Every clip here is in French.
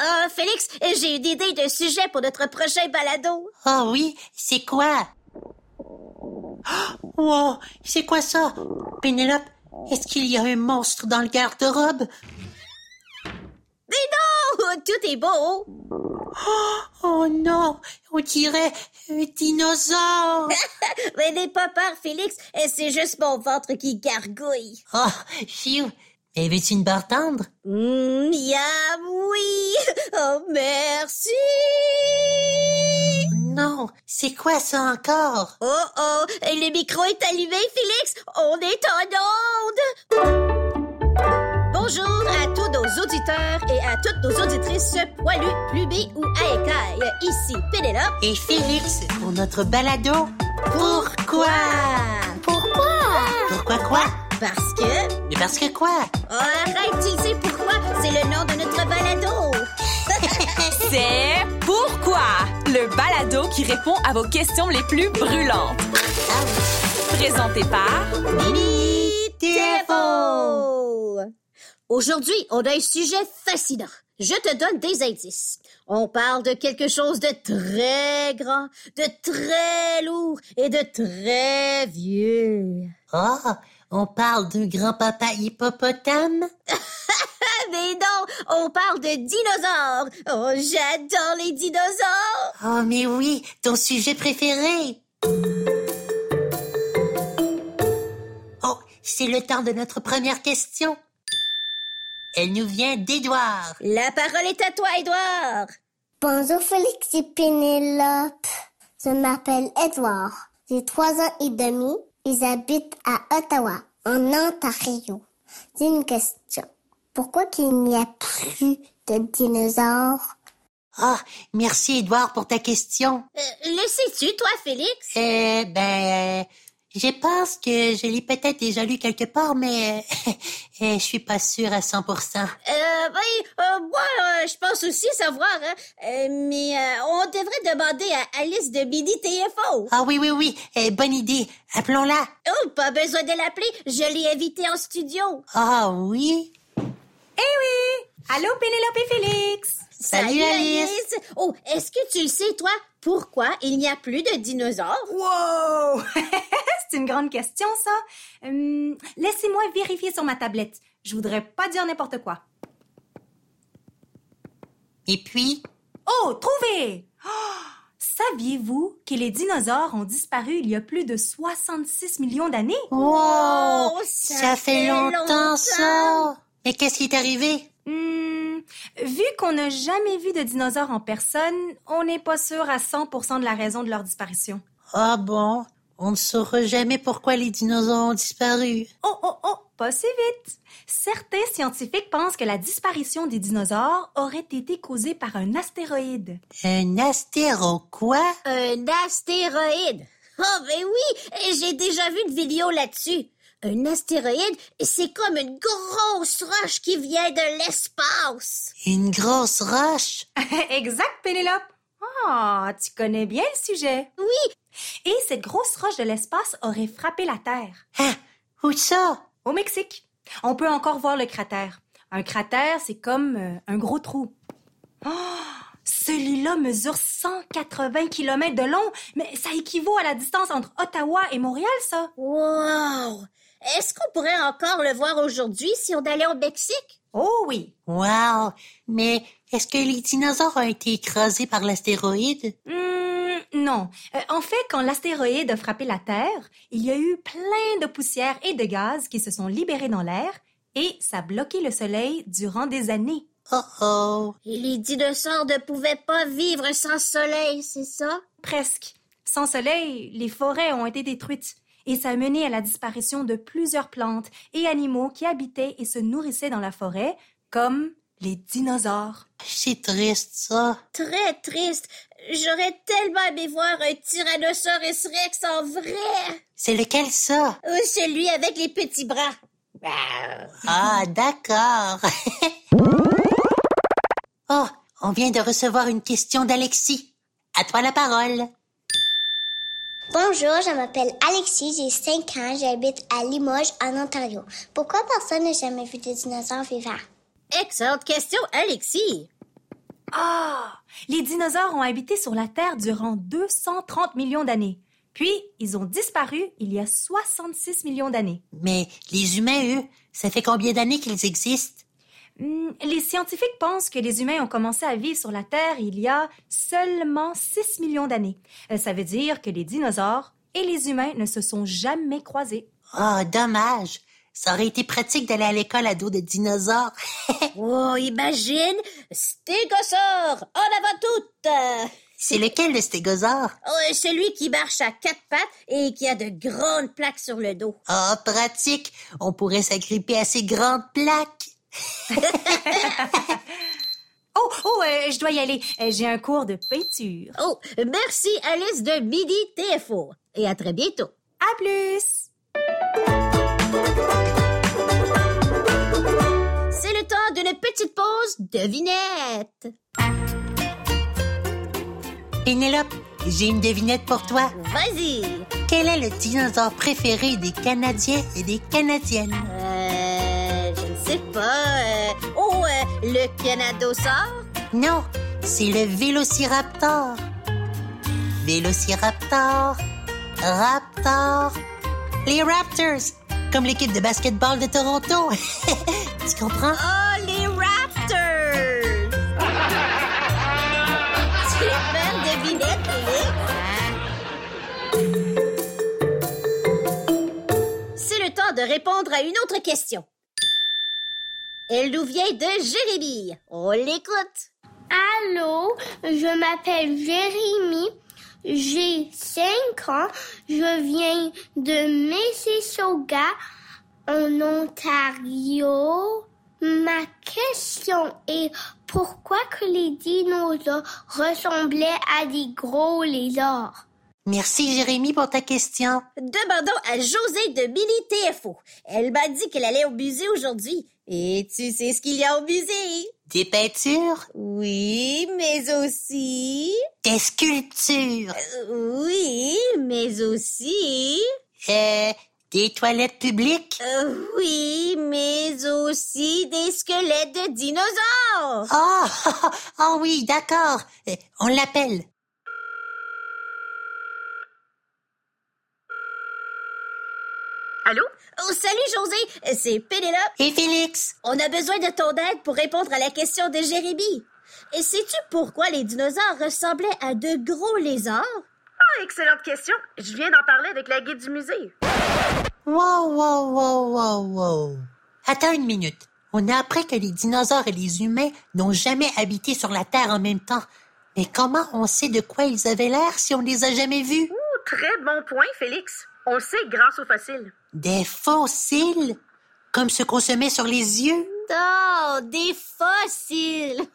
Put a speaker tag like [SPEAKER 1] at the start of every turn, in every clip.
[SPEAKER 1] Euh, Félix, j'ai une idée d'un sujet pour notre prochain balado.
[SPEAKER 2] Oh oui, c'est quoi Oh, Wow, c'est quoi ça Pénélope, est-ce qu'il y a un monstre dans le garde-robe
[SPEAKER 1] Dis donc, Oh, tout est beau.
[SPEAKER 2] Oh non, on dirait un dinosaure
[SPEAKER 1] Mais n'aie pas peur, Félix, c'est juste mon ventre qui gargouille.
[SPEAKER 2] Oh, phew Mais veux-tu une barre tendre
[SPEAKER 1] Mmm, miam, oui. Oh, merci.
[SPEAKER 2] Non, c'est quoi ça encore
[SPEAKER 1] Oh, oh, le micro est allumé, Félix. On est en onde. Bonjour à tous nos auditeurs et à toutes nos auditrices poilues, plumées ou à écailles. Ici Pénélope.
[SPEAKER 2] Et Félix, pour notre balado, pourquoi
[SPEAKER 1] Pourquoi?
[SPEAKER 2] Pourquoi quoi
[SPEAKER 1] Parce que...
[SPEAKER 2] Mais parce que quoi
[SPEAKER 1] Oh, arrête, tu le sais pourquoi? C'est le nom de notre balado.
[SPEAKER 3] C'est Pourquoi? Le balado qui répond à vos questions les plus brûlantes. Présenté par
[SPEAKER 2] Mimi
[SPEAKER 1] Devil. Aujourd'hui, on a un sujet fascinant. Je te donne des indices. On parle de quelque chose de très grand, de très lourd et de très vieux.
[SPEAKER 2] Oh, on parle de grand-papa hippopotame
[SPEAKER 1] Ah, mais non, on parle de dinosaures. Oh, j'adore les dinosaures.
[SPEAKER 2] Oh mais oui, ton sujet préféré Oh, c'est le temps de notre première question. Elle nous vient d'Édouard.
[SPEAKER 1] La parole est à toi, Edouard.
[SPEAKER 4] Bonjour Félix et Pénélope. Je m'appelle Edouard. J'ai trois ans et demi et j'habite à Ottawa, en Ontario. J'ai une question. Pourquoi qu'il n'y a plus de dinosaures?
[SPEAKER 2] Ah, merci Édouard pour ta question.
[SPEAKER 1] Euh, le sais-tu, toi, Félix?
[SPEAKER 2] Euh, ben, euh, je pense que je l'ai peut-être déjà lu quelque part, mais euh, euh, je suis pas sûre à 100%.
[SPEAKER 1] Euh, ben, euh, moi, euh, je pense aussi savoir, hein. Euh, mais euh, on devrait demander à Alice de Midi TFO.
[SPEAKER 2] Ah oui, oui, oui, euh, bonne idée. Appelons-la.
[SPEAKER 1] Oh, pas besoin de l'appeler, je l'ai invitée en studio.
[SPEAKER 2] Ah oui.
[SPEAKER 3] Allô, Pénélope et Félix!
[SPEAKER 2] Salut, Alice.
[SPEAKER 1] Oh, est-ce que tu le sais, toi, pourquoi il n'y a plus de dinosaures?
[SPEAKER 5] Wow! C'est une grande question, ça. Hum, Laissez-moi vérifier sur ma tablette. Je voudrais pas dire n'importe quoi.
[SPEAKER 2] Et puis,
[SPEAKER 5] Oh, trouvé! Oh! Saviez-vous que les dinosaures ont disparu il y a plus de 66 millions d'années?
[SPEAKER 2] wow,
[SPEAKER 1] ça
[SPEAKER 2] Oh, ça fait
[SPEAKER 1] fait
[SPEAKER 2] longtemps
[SPEAKER 1] longtemps.
[SPEAKER 2] ça. Mais qu'est-ce qui est arrivé
[SPEAKER 5] Hum, vu qu'on n'a jamais vu de dinosaures en personne, on n'est pas sûr à 100% de la raison de leur disparition.
[SPEAKER 2] Ah bon, on ne saura jamais pourquoi les dinosaures ont disparu.
[SPEAKER 5] Oh, oh, oh, pas si vite! Certains scientifiques pensent que la disparition des dinosaures aurait été causée par un astéroïde.
[SPEAKER 2] Un astéro quoi
[SPEAKER 1] Un astéroïde. Oh, ben oui, j'ai déjà vu une vidéo là-dessus. Un astéroïde, c'est comme une grosse roche qui vient de l'espace.
[SPEAKER 2] Une grosse roche
[SPEAKER 5] exact, Pénélope! Ah, tu connais bien le sujet.
[SPEAKER 1] Oui.
[SPEAKER 5] Et cette grosse roche de l'espace aurait frappé la Terre.
[SPEAKER 2] Ah, où ça
[SPEAKER 5] Au Mexique. On peut encore voir le cratère. Un cratère, c'est comme euh, un gros trou. Ah, Celui-là mesure 180 km de long, mais ça équivaut à la distance entre Ottawa et Montréal, ça.
[SPEAKER 1] Wow! Est-ce qu'on pourrait encore le voir aujourd'hui si on allait au Mexique?
[SPEAKER 5] Oh oui.
[SPEAKER 2] Wow Mais est-ce que les dinosaures ont été écrasés par l'astéroïde
[SPEAKER 5] Hmm, non. Euh, en fait, quand l'astéroïde a frappé la Terre, il y a eu plein de poussière et de gaz qui se sont libérés dans l'air et ça a bloqué le Soleil durant des années.
[SPEAKER 2] Oh oh
[SPEAKER 1] Et les dinosaures ne pouvaient pas vivre sans soleil, c'est ça?
[SPEAKER 5] Presque. Sans soleil, les forêts ont été détruites et ça a mené à la disparition de plusieurs plantes et animaux qui habitaient et se nourrissaient dans la forêt, comme les dinosaures.
[SPEAKER 2] C'est triste ça
[SPEAKER 1] Très triste. J'aurais tellement aimé voir un Tyrannosaurus Rex en vrai.
[SPEAKER 2] C'est lequel ça
[SPEAKER 1] Ou celui avec les petits bras.
[SPEAKER 2] Ah d'accord Oh On vient de recevoir une question d'Alexis. À toi la parole
[SPEAKER 4] Bonjour, je m'appelle Alexis, j'ai 5 ans, j'habite à Limoges, en Ontario. Pourquoi personne n'a jamais vu de dinosaures vivants?
[SPEAKER 1] Excellente question, Alexis.
[SPEAKER 5] Ah! Les dinosaures ont habité sur la Terre durant 230 millions d'années. Puis, ils ont disparu il y a 66 millions d'années.
[SPEAKER 2] Mais les humains, eux, ça fait combien d'années qu'ils existent?
[SPEAKER 5] Hmm, les scientifiques pensent que les humains ont commencé à vivre sur la Terre il y a seulement 6 millions d'années. Euh, Ça veut dire que les dinosaures et les humains ne se sont jamais croisés.
[SPEAKER 2] Oh, dommage. Ça aurait été pratique d'aller à l'école à dos de dinosaures.
[SPEAKER 1] Oh, imagine! Stégosaure! En avant toute! Euh,
[SPEAKER 2] C'est lequel le stégosaure?
[SPEAKER 1] oh, celui qui marche à quatre pattes et qui a de grandes plaques sur le dos.
[SPEAKER 2] Oh, pratique. On pourrait s'agripper à ces grandes plaques.
[SPEAKER 5] Oh, oh, euh, je dois y aller. Euh, J'ai un cours de peinture.
[SPEAKER 1] Oh, merci Alice de Midi TFO. Et à très bientôt.
[SPEAKER 5] À plus!
[SPEAKER 1] C'est le temps d'une petite pause devinette.
[SPEAKER 2] Pénélope, j'ai une devinette pour toi.
[SPEAKER 1] Vas-y.
[SPEAKER 2] Quel est le dinosaure préféré des Canadiens et des Canadiennes?
[SPEAKER 1] Euh, je ne sais pas. euh, oh, euh, le Canadosaure?
[SPEAKER 2] Non, c'est le Vélociraptor. Vélociraptor. Raptor. Les Raptors. Comme l'équipe de basketball de Toronto. tu comprends?
[SPEAKER 1] Oh, les Raptors! Super devinette, Félix. Hein? C'est le temps de répondre à une autre question. Elle nous vient de Jérémy. On l'écoute.
[SPEAKER 4] Allô, je m'appelle Jérémy, j'ai 5 ans, je viens de Mississauga, en Ontario. Ma question est pourquoi que les dinosaures ressemblaient à des gros lézards?
[SPEAKER 2] Merci, Jérémy, pour ta question.
[SPEAKER 1] Demandons à José de Mini TFO. Elle m'a dit qu'elle allait au musée aujourd'hui. Et tu sais ce qu'il y a au musée?
[SPEAKER 2] Des peintures?
[SPEAKER 1] Oui, mais aussi...
[SPEAKER 2] Des sculptures?
[SPEAKER 1] Oui, mais aussi...
[SPEAKER 2] Euh, des toilettes publiques?
[SPEAKER 1] Euh, oui, mais aussi des squelettes de dinosaures.
[SPEAKER 2] Ah, ah ah, oui, d'accord. Euh, On l'appelle.
[SPEAKER 1] Allô? Oh, salut José, c'est Pénélope.
[SPEAKER 2] Et Félix?
[SPEAKER 1] On a besoin de ton aide pour répondre à la question de Jérémy. Et sais-tu pourquoi les dinosaures ressemblaient à de gros lézards? Ah, excellente question. Je viens d'en parler avec la guide du musée.
[SPEAKER 2] Wow, wow, wow, wow, wow. Attends une minute. On a appris que les dinosaures et les humains n'ont jamais habité sur la Terre en même temps. Mais comment on sait de quoi ils avaient l'air si on les a jamais vus?
[SPEAKER 1] Très bon point, Félix. On le sait grâce aux fossiles.
[SPEAKER 2] Des fossiles? Comme ceux qu'on se met sur les yeux?
[SPEAKER 1] Oh, des fossiles! Oh,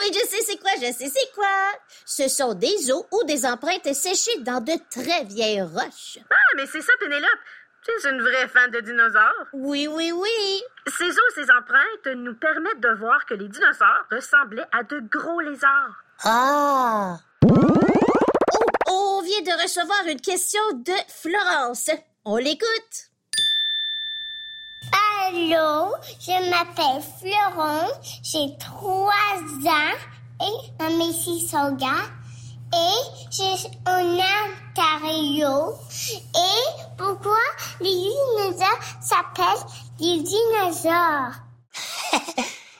[SPEAKER 1] mais je sais c'est quoi, je sais c'est quoi! Ce sont des os ou des empreintes séchées dans de très vieilles roches.
[SPEAKER 6] Ah, mais c'est ça, Pénélope. Tu es une vraie fan de dinosaures.
[SPEAKER 1] Oui, oui, oui!
[SPEAKER 6] Ces os et ces empreintes nous permettent de voir que les dinosaures ressemblaient à de gros lézards.
[SPEAKER 2] Ah!
[SPEAKER 1] Oh, on vient de recevoir une question de Florence. On l'écoute!
[SPEAKER 4] Allô, je m'appelle Florence, j'ai trois ans et un Mississauga et j'ai un Ontario. Et pourquoi les dinosaures s'appellent des dinosaures?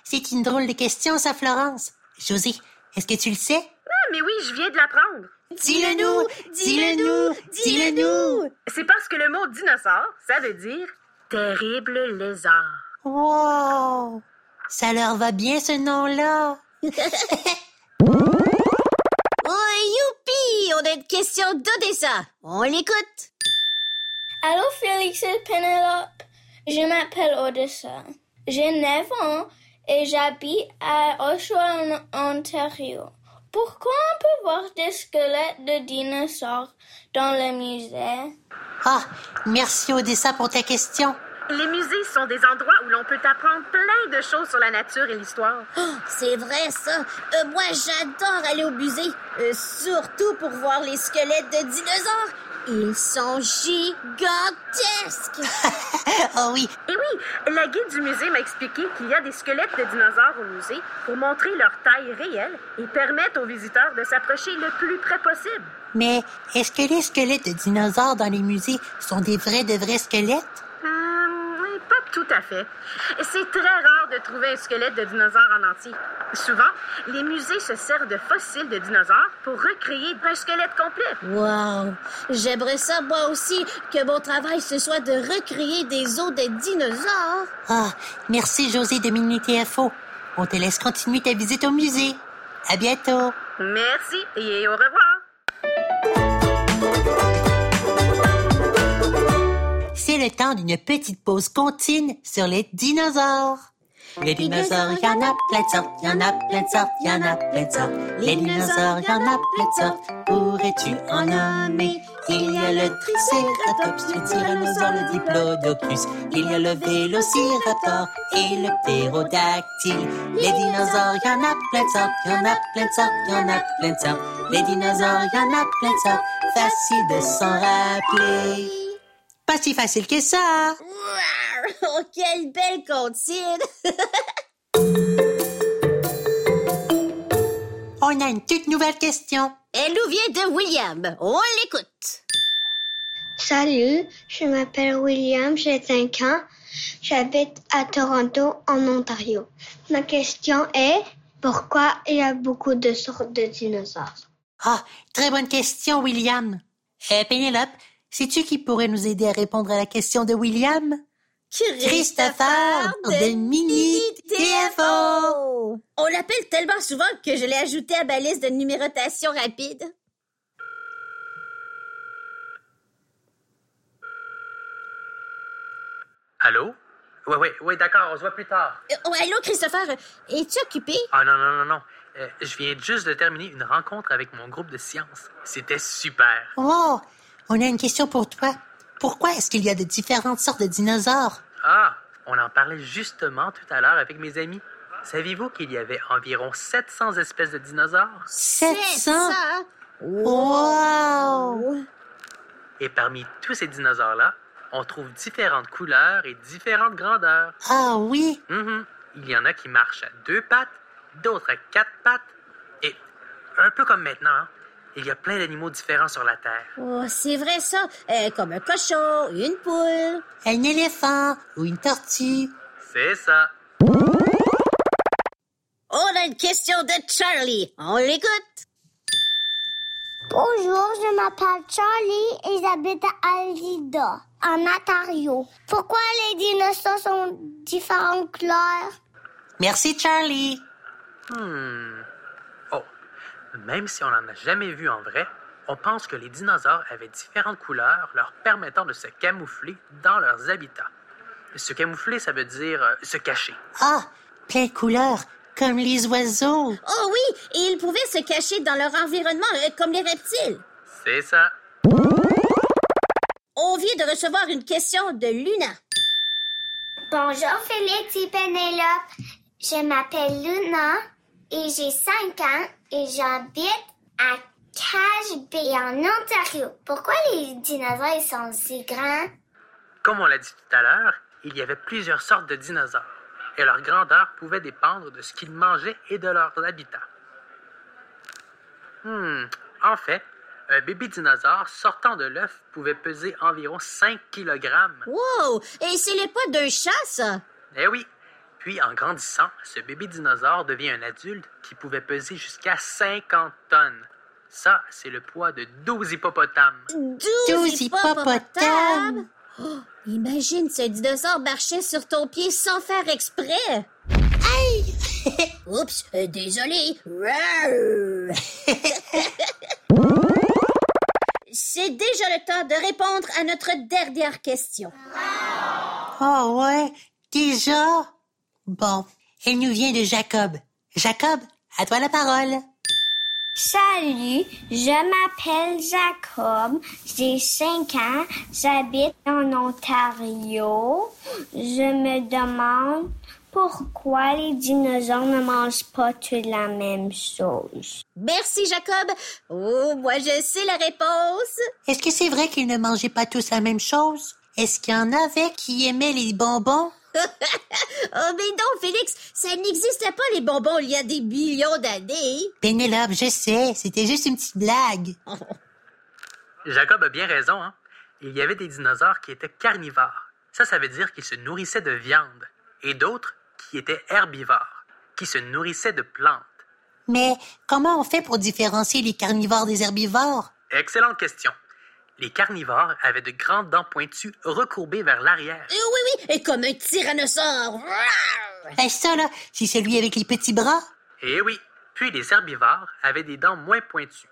[SPEAKER 2] C'est une drôle de question, ça, Florence. José, est-ce que tu le sais?
[SPEAKER 6] Ah, mais oui, je viens de l'apprendre.
[SPEAKER 2] Dis-le-nous! Dis-le-nous! Dis-le-nous!
[SPEAKER 6] C'est parce que le mot dinosaure, ça veut dire terrible lézard.
[SPEAKER 2] Wow! Ça leur va bien, ce nom-là!
[SPEAKER 1] Oh, youpi! On a une question d'Odessa. On l'écoute!
[SPEAKER 7] Allô Félix et Penelope, je m'appelle Odessa. J'ai 9 ans et j'habite à Oshawa, en Ontario. Pourquoi on peut voir des squelettes de dinosaures dans le musée?
[SPEAKER 2] Ah, merci Odessa pour ta question.
[SPEAKER 6] Les musées sont des endroits où l'on peut apprendre plein de choses sur la nature et l'histoire.
[SPEAKER 1] Oh, c'est vrai ça. Euh, moi, j'adore aller au musée, Euh, surtout pour voir les squelettes de dinosaures. Ils sont gigantesques.
[SPEAKER 2] oh oui,
[SPEAKER 6] Et oui, la guide du musée m'a expliqué qu'il y a des squelettes de dinosaures au musée pour montrer leur taille réelle et permettre aux visiteurs de s'approcher le plus près possible.
[SPEAKER 2] mais est-ce que les squelettes de dinosaures dans les musées sont des vrais de vrais squelettes?
[SPEAKER 6] Hum, oui, pas tout à fait. C'est très rare de trouver un squelette de dinosaure en entier. Souvent, les musées se servent de fossiles de dinosaures pour recréer un squelette complet.
[SPEAKER 1] Wow! J'aimerais ça, moi aussi, que mon travail, ce soit de recréer des os de dinosaures.
[SPEAKER 2] Ah, merci José de Minute Info. On te laisse continuer ta visite au musée. À bientôt.
[SPEAKER 6] Merci et au revoir.
[SPEAKER 2] C'est le temps d'une petite pause contine sur les dinosaures. Les dinosaures, il y en a plein de sortes, il y en a plein de sortes, il y en a plein de sortes. Les dinosaures, il y en a plein de sortes, pourrais-tu en nommer? Il y a le tricératops, le tyrannosaure, le diplodocus. Il y a le vélociraptor et le ptérodactyle. Les dinosaures, il y en a plein de sortes, il y en a plein de sortes, il y en a plein de sortes. Les dinosaures, il y en a plein de sortes, facile de s'en rappeler. Pas si facile que ça!
[SPEAKER 1] Wow! Oh, quelle belle comptine!
[SPEAKER 2] On a une toute nouvelle question.
[SPEAKER 1] Elle nous vient de William. On l'écoute.
[SPEAKER 4] Salut, je m'appelle William, j'ai 5 ans. J'habite à Toronto, en Ontario. Ma question est pourquoi il y a beaucoup de sortes de dinosaures
[SPEAKER 2] Ah, très bonne question, William. Euh, Pénélope, sais-tu qui pourrait nous aider à répondre à la question de William? Christopher de Mini TFO.
[SPEAKER 1] TFO. On l'appelle tellement souvent que je l'ai ajouté à ma liste de numérotation rapide.
[SPEAKER 8] Allô? Oui, oui, oui, d'accord, on se voit plus tard.
[SPEAKER 1] Euh, Oh, allô, Christopher, es-tu occupé?
[SPEAKER 8] Ah non, non, non, non. Euh, je viens juste de terminer une rencontre avec mon groupe de sciences. C'était super.
[SPEAKER 2] Oh, on a une question pour toi. Pourquoi est-ce qu'il y a de différentes sortes de dinosaures?
[SPEAKER 8] Ah, on en parlait justement tout à l'heure avec mes amis. Saviez-vous qu'il y avait environ 700 espèces de dinosaures?
[SPEAKER 2] 700?
[SPEAKER 1] ça? hein?
[SPEAKER 2] Wow!
[SPEAKER 8] Et parmi tous ces dinosaures-là, on trouve différentes couleurs et différentes grandeurs.
[SPEAKER 2] Ah oui,
[SPEAKER 8] Mhm. Il y en a qui marchent à deux pattes, d'autres à quatre pattes. Et un peu comme maintenant, hein, il y a plein d'animaux différents sur la Terre.
[SPEAKER 1] Oh, c'est vrai ça. Euh, comme un cochon, une poule.
[SPEAKER 2] un éléphant ou une tortue.
[SPEAKER 8] C'est ça.
[SPEAKER 1] On a une question de Charlie. On l'écoute.
[SPEAKER 4] Bonjour, je m'appelle Charlie et j'habite à Alida, en Ontario. Pourquoi les dinosaures sont différentes couleurs
[SPEAKER 2] Merci, Charlie.
[SPEAKER 8] Hmm. Oh, même si on n'en a jamais vu en vrai, on pense que les dinosaures avaient différentes couleurs leur permettant de se camoufler dans leurs habitats. Se camoufler, ça veut dire euh, se cacher.
[SPEAKER 2] Ah, plein de couleurs, comme les oiseaux.
[SPEAKER 1] Oh oui, et ils pouvaient se cacher dans leur environnement euh, comme les reptiles.
[SPEAKER 8] C'est ça.
[SPEAKER 1] On vient de recevoir une question de Luna.
[SPEAKER 4] Bonjour Félix et Pénélope. Je m'appelle Luna et j'ai 5 ans et j'habite à Cache Bay en Ontario. Pourquoi les dinosaures ils sont si grands?
[SPEAKER 8] Comme on l'a dit tout à l'heure, il y avait plusieurs sortes de dinosaures, et leur grandeur pouvait dépendre de ce qu'ils mangeaient et de leurs habitats. Hmm. En fait, un bébé dinosaure sortant de l'œuf pouvait peser environ 5 kilogrammes.
[SPEAKER 1] Wow, et c'est les pas d'un chat, ça?
[SPEAKER 8] Eh oui. Puis, en grandissant, ce bébé dinosaure devient un adulte qui pouvait peser jusqu'à 50 tonnes. Ça, c'est le poids de 12 hippopotames.
[SPEAKER 1] Douze
[SPEAKER 2] Douze
[SPEAKER 1] hippopotames!
[SPEAKER 2] hippopotames.
[SPEAKER 1] Oh, imagine, ce dinosaure marchait sur ton pied sans faire exprès! Aïe! Oups, euh, désolé! Rar. C'est déjà le temps de répondre à notre dernière question.
[SPEAKER 2] Oh ouais, déjà? Bon, elle nous vient de Jacob. Jacob, à toi la parole.
[SPEAKER 4] Salut, je m'appelle Jacob, j'ai 5 ans, j'habite en Ontario. Je me demande Pourquoi les dinosaures ne mangent pas tous la même chose?
[SPEAKER 1] Merci, Jacob. Oh, moi, je sais la réponse.
[SPEAKER 2] Est-ce que c'est vrai qu'ils ne mangeaient pas tous la même chose? Est-ce qu'il y en avait qui aimaient les bonbons?
[SPEAKER 1] Oh, mais non, Félix, ça n'existe pas les bonbons il y a des millions d'années. Euh,
[SPEAKER 2] Pénélope, je sais, c'était juste une petite blague.
[SPEAKER 8] Jacob a bien raison, hein? Il y avait des dinosaures qui étaient carnivores. Ça, ça veut dire qu'ils se nourrissaient de viande. Et d'autres qui étaient herbivores, qui se nourrissaient de plantes.
[SPEAKER 2] Mais comment on fait pour différencier les carnivores des herbivores?
[SPEAKER 8] Excellente question. Les carnivores avaient de grandes dents pointues recourbées vers l'arrière.
[SPEAKER 1] Eh oui, oui, et comme un tyrannosaure.
[SPEAKER 2] Ben ça, là, c'est celui avec les petits bras.
[SPEAKER 8] Eh oui. Puis les herbivores avaient des dents moins pointues.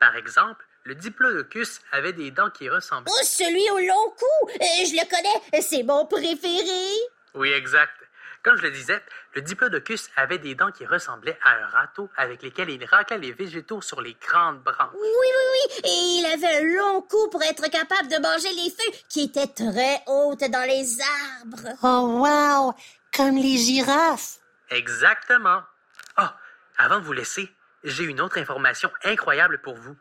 [SPEAKER 8] Par exemple, le diplodocus avait des dents qui ressemblaient.
[SPEAKER 1] Oh, celui au long cou, euh, je le connais, c'est mon préféré.
[SPEAKER 8] Oui, exact. Comme je le disais, le diplodocus avait des dents qui ressemblaient à un râteau avec lesquels il raclait les végétaux sur les grandes branches.
[SPEAKER 1] Oui, oui, oui, et il avait un long cou pour être capable de manger les feuilles qui étaient très hautes dans les arbres.
[SPEAKER 2] Oh, wow! Comme les girafes.
[SPEAKER 8] Exactement. Oh, avant de vous laisser, j'ai une autre information incroyable pour vous.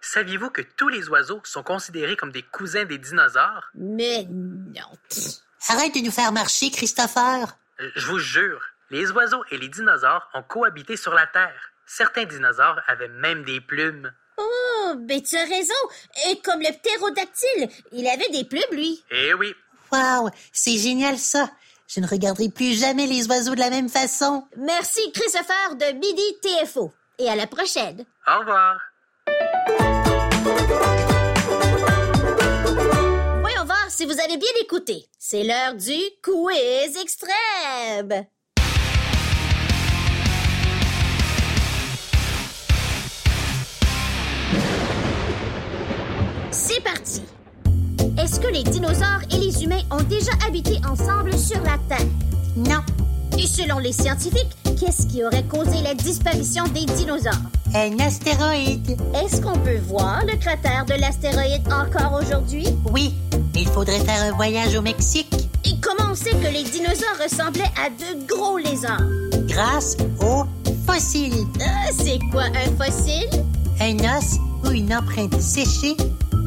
[SPEAKER 8] Saviez-vous que tous les oiseaux sont considérés comme des cousins des dinosaures?
[SPEAKER 1] Mais non. Pff,
[SPEAKER 2] Arrête de nous faire marcher, Christopher.
[SPEAKER 8] Euh, Je vous jure, les oiseaux et les dinosaures ont cohabité sur la Terre. Certains dinosaures avaient même des plumes.
[SPEAKER 1] Oh, mais tu as raison, et comme le ptérodactyle, il avait des plumes, lui.
[SPEAKER 8] Eh oui,
[SPEAKER 2] Wow, c'est génial ça. Je ne regarderai plus jamais les oiseaux de la même façon.
[SPEAKER 1] Merci, Christopher de Midi TFO. Et à la prochaine.
[SPEAKER 8] au revoir.
[SPEAKER 1] Voyons voir si vous avez bien écouté. C'est l'heure du quiz extrême. C'est parti. Est-ce que les dinosaures et les humains ont déjà habité ensemble sur la Terre?
[SPEAKER 2] Non.
[SPEAKER 1] Et selon les scientifiques, qu'est-ce qui aurait causé la disparition des dinosaures?
[SPEAKER 2] Un astéroïde.
[SPEAKER 1] Est-ce qu'on peut voir le cratère de l'astéroïde encore aujourd'hui?
[SPEAKER 2] Oui, mais il faudrait faire un voyage au Mexique
[SPEAKER 1] Et comment on sait que les dinosaures ressemblaient à de gros lézards?
[SPEAKER 2] grâce aux fossiles.
[SPEAKER 1] Ah, c'est quoi un fossile?
[SPEAKER 2] Un os ou une empreinte séchée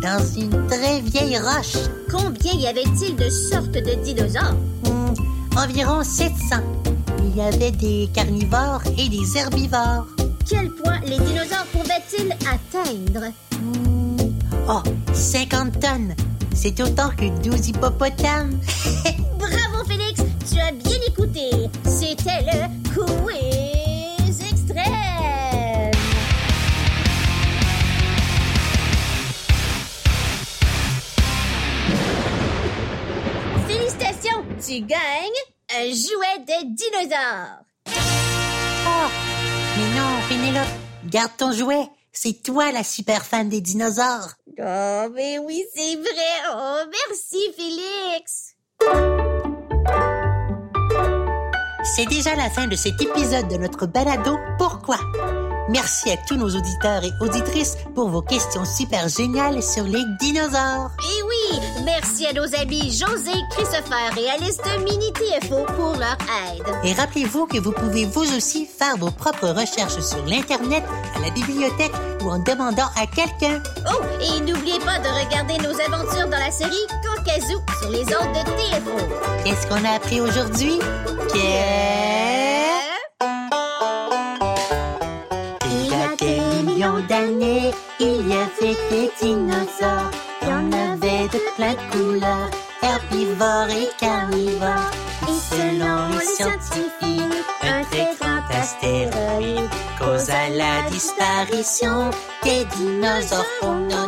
[SPEAKER 2] dans une très vieille roche.
[SPEAKER 1] Combien y avait-il de sortes de dinosaures?
[SPEAKER 2] Hmm, environ 700. Il y avait des carnivores et des herbivores.
[SPEAKER 1] Quel poids les dinosaures pouvaient-ils atteindre?
[SPEAKER 2] Hmm, oh, 50 tonnes. C'est autant que 12 hippopotames.
[SPEAKER 1] Bravo Félix, tu as bien écouté. C'était le quiz extrême. Félicitations, tu gagnes un jouet de dinosaure.
[SPEAKER 2] Oh, mais non, Pénélope, garde ton jouet. C'est toi la super fan des dinosaures.
[SPEAKER 1] Oh, mais oui, c'est vrai. Oh, merci Félix.
[SPEAKER 2] C'est déjà la fin de cet épisode de notre balado Pourquoi Merci à tous nos auditeurs et auditrices pour vos questions super géniales sur les dinosaures.
[SPEAKER 1] Et Eh oui, merci à nos amis José, Christopher et Alice de Mini TFO pour leur aide.
[SPEAKER 2] Et rappelez-vous que vous pouvez vous aussi faire vos propres recherches sur l'Internet, à la bibliothèque ou en demandant à quelqu'un.
[SPEAKER 1] Oh, et n'oubliez pas de regarder nos aventures dans la série Kankazoo sur les ondes de TFO.
[SPEAKER 2] Qu'est-ce qu'on a appris aujourd'hui?
[SPEAKER 1] Hein?
[SPEAKER 2] Que... Il y a des millions d'années, il y avait des dinosaures. Il y en avait de plein de couleurs, herbivores et carnivores. Et selon les scientifiques, un très grand astéroïde causa la disparition des dinosaures qu'on nomme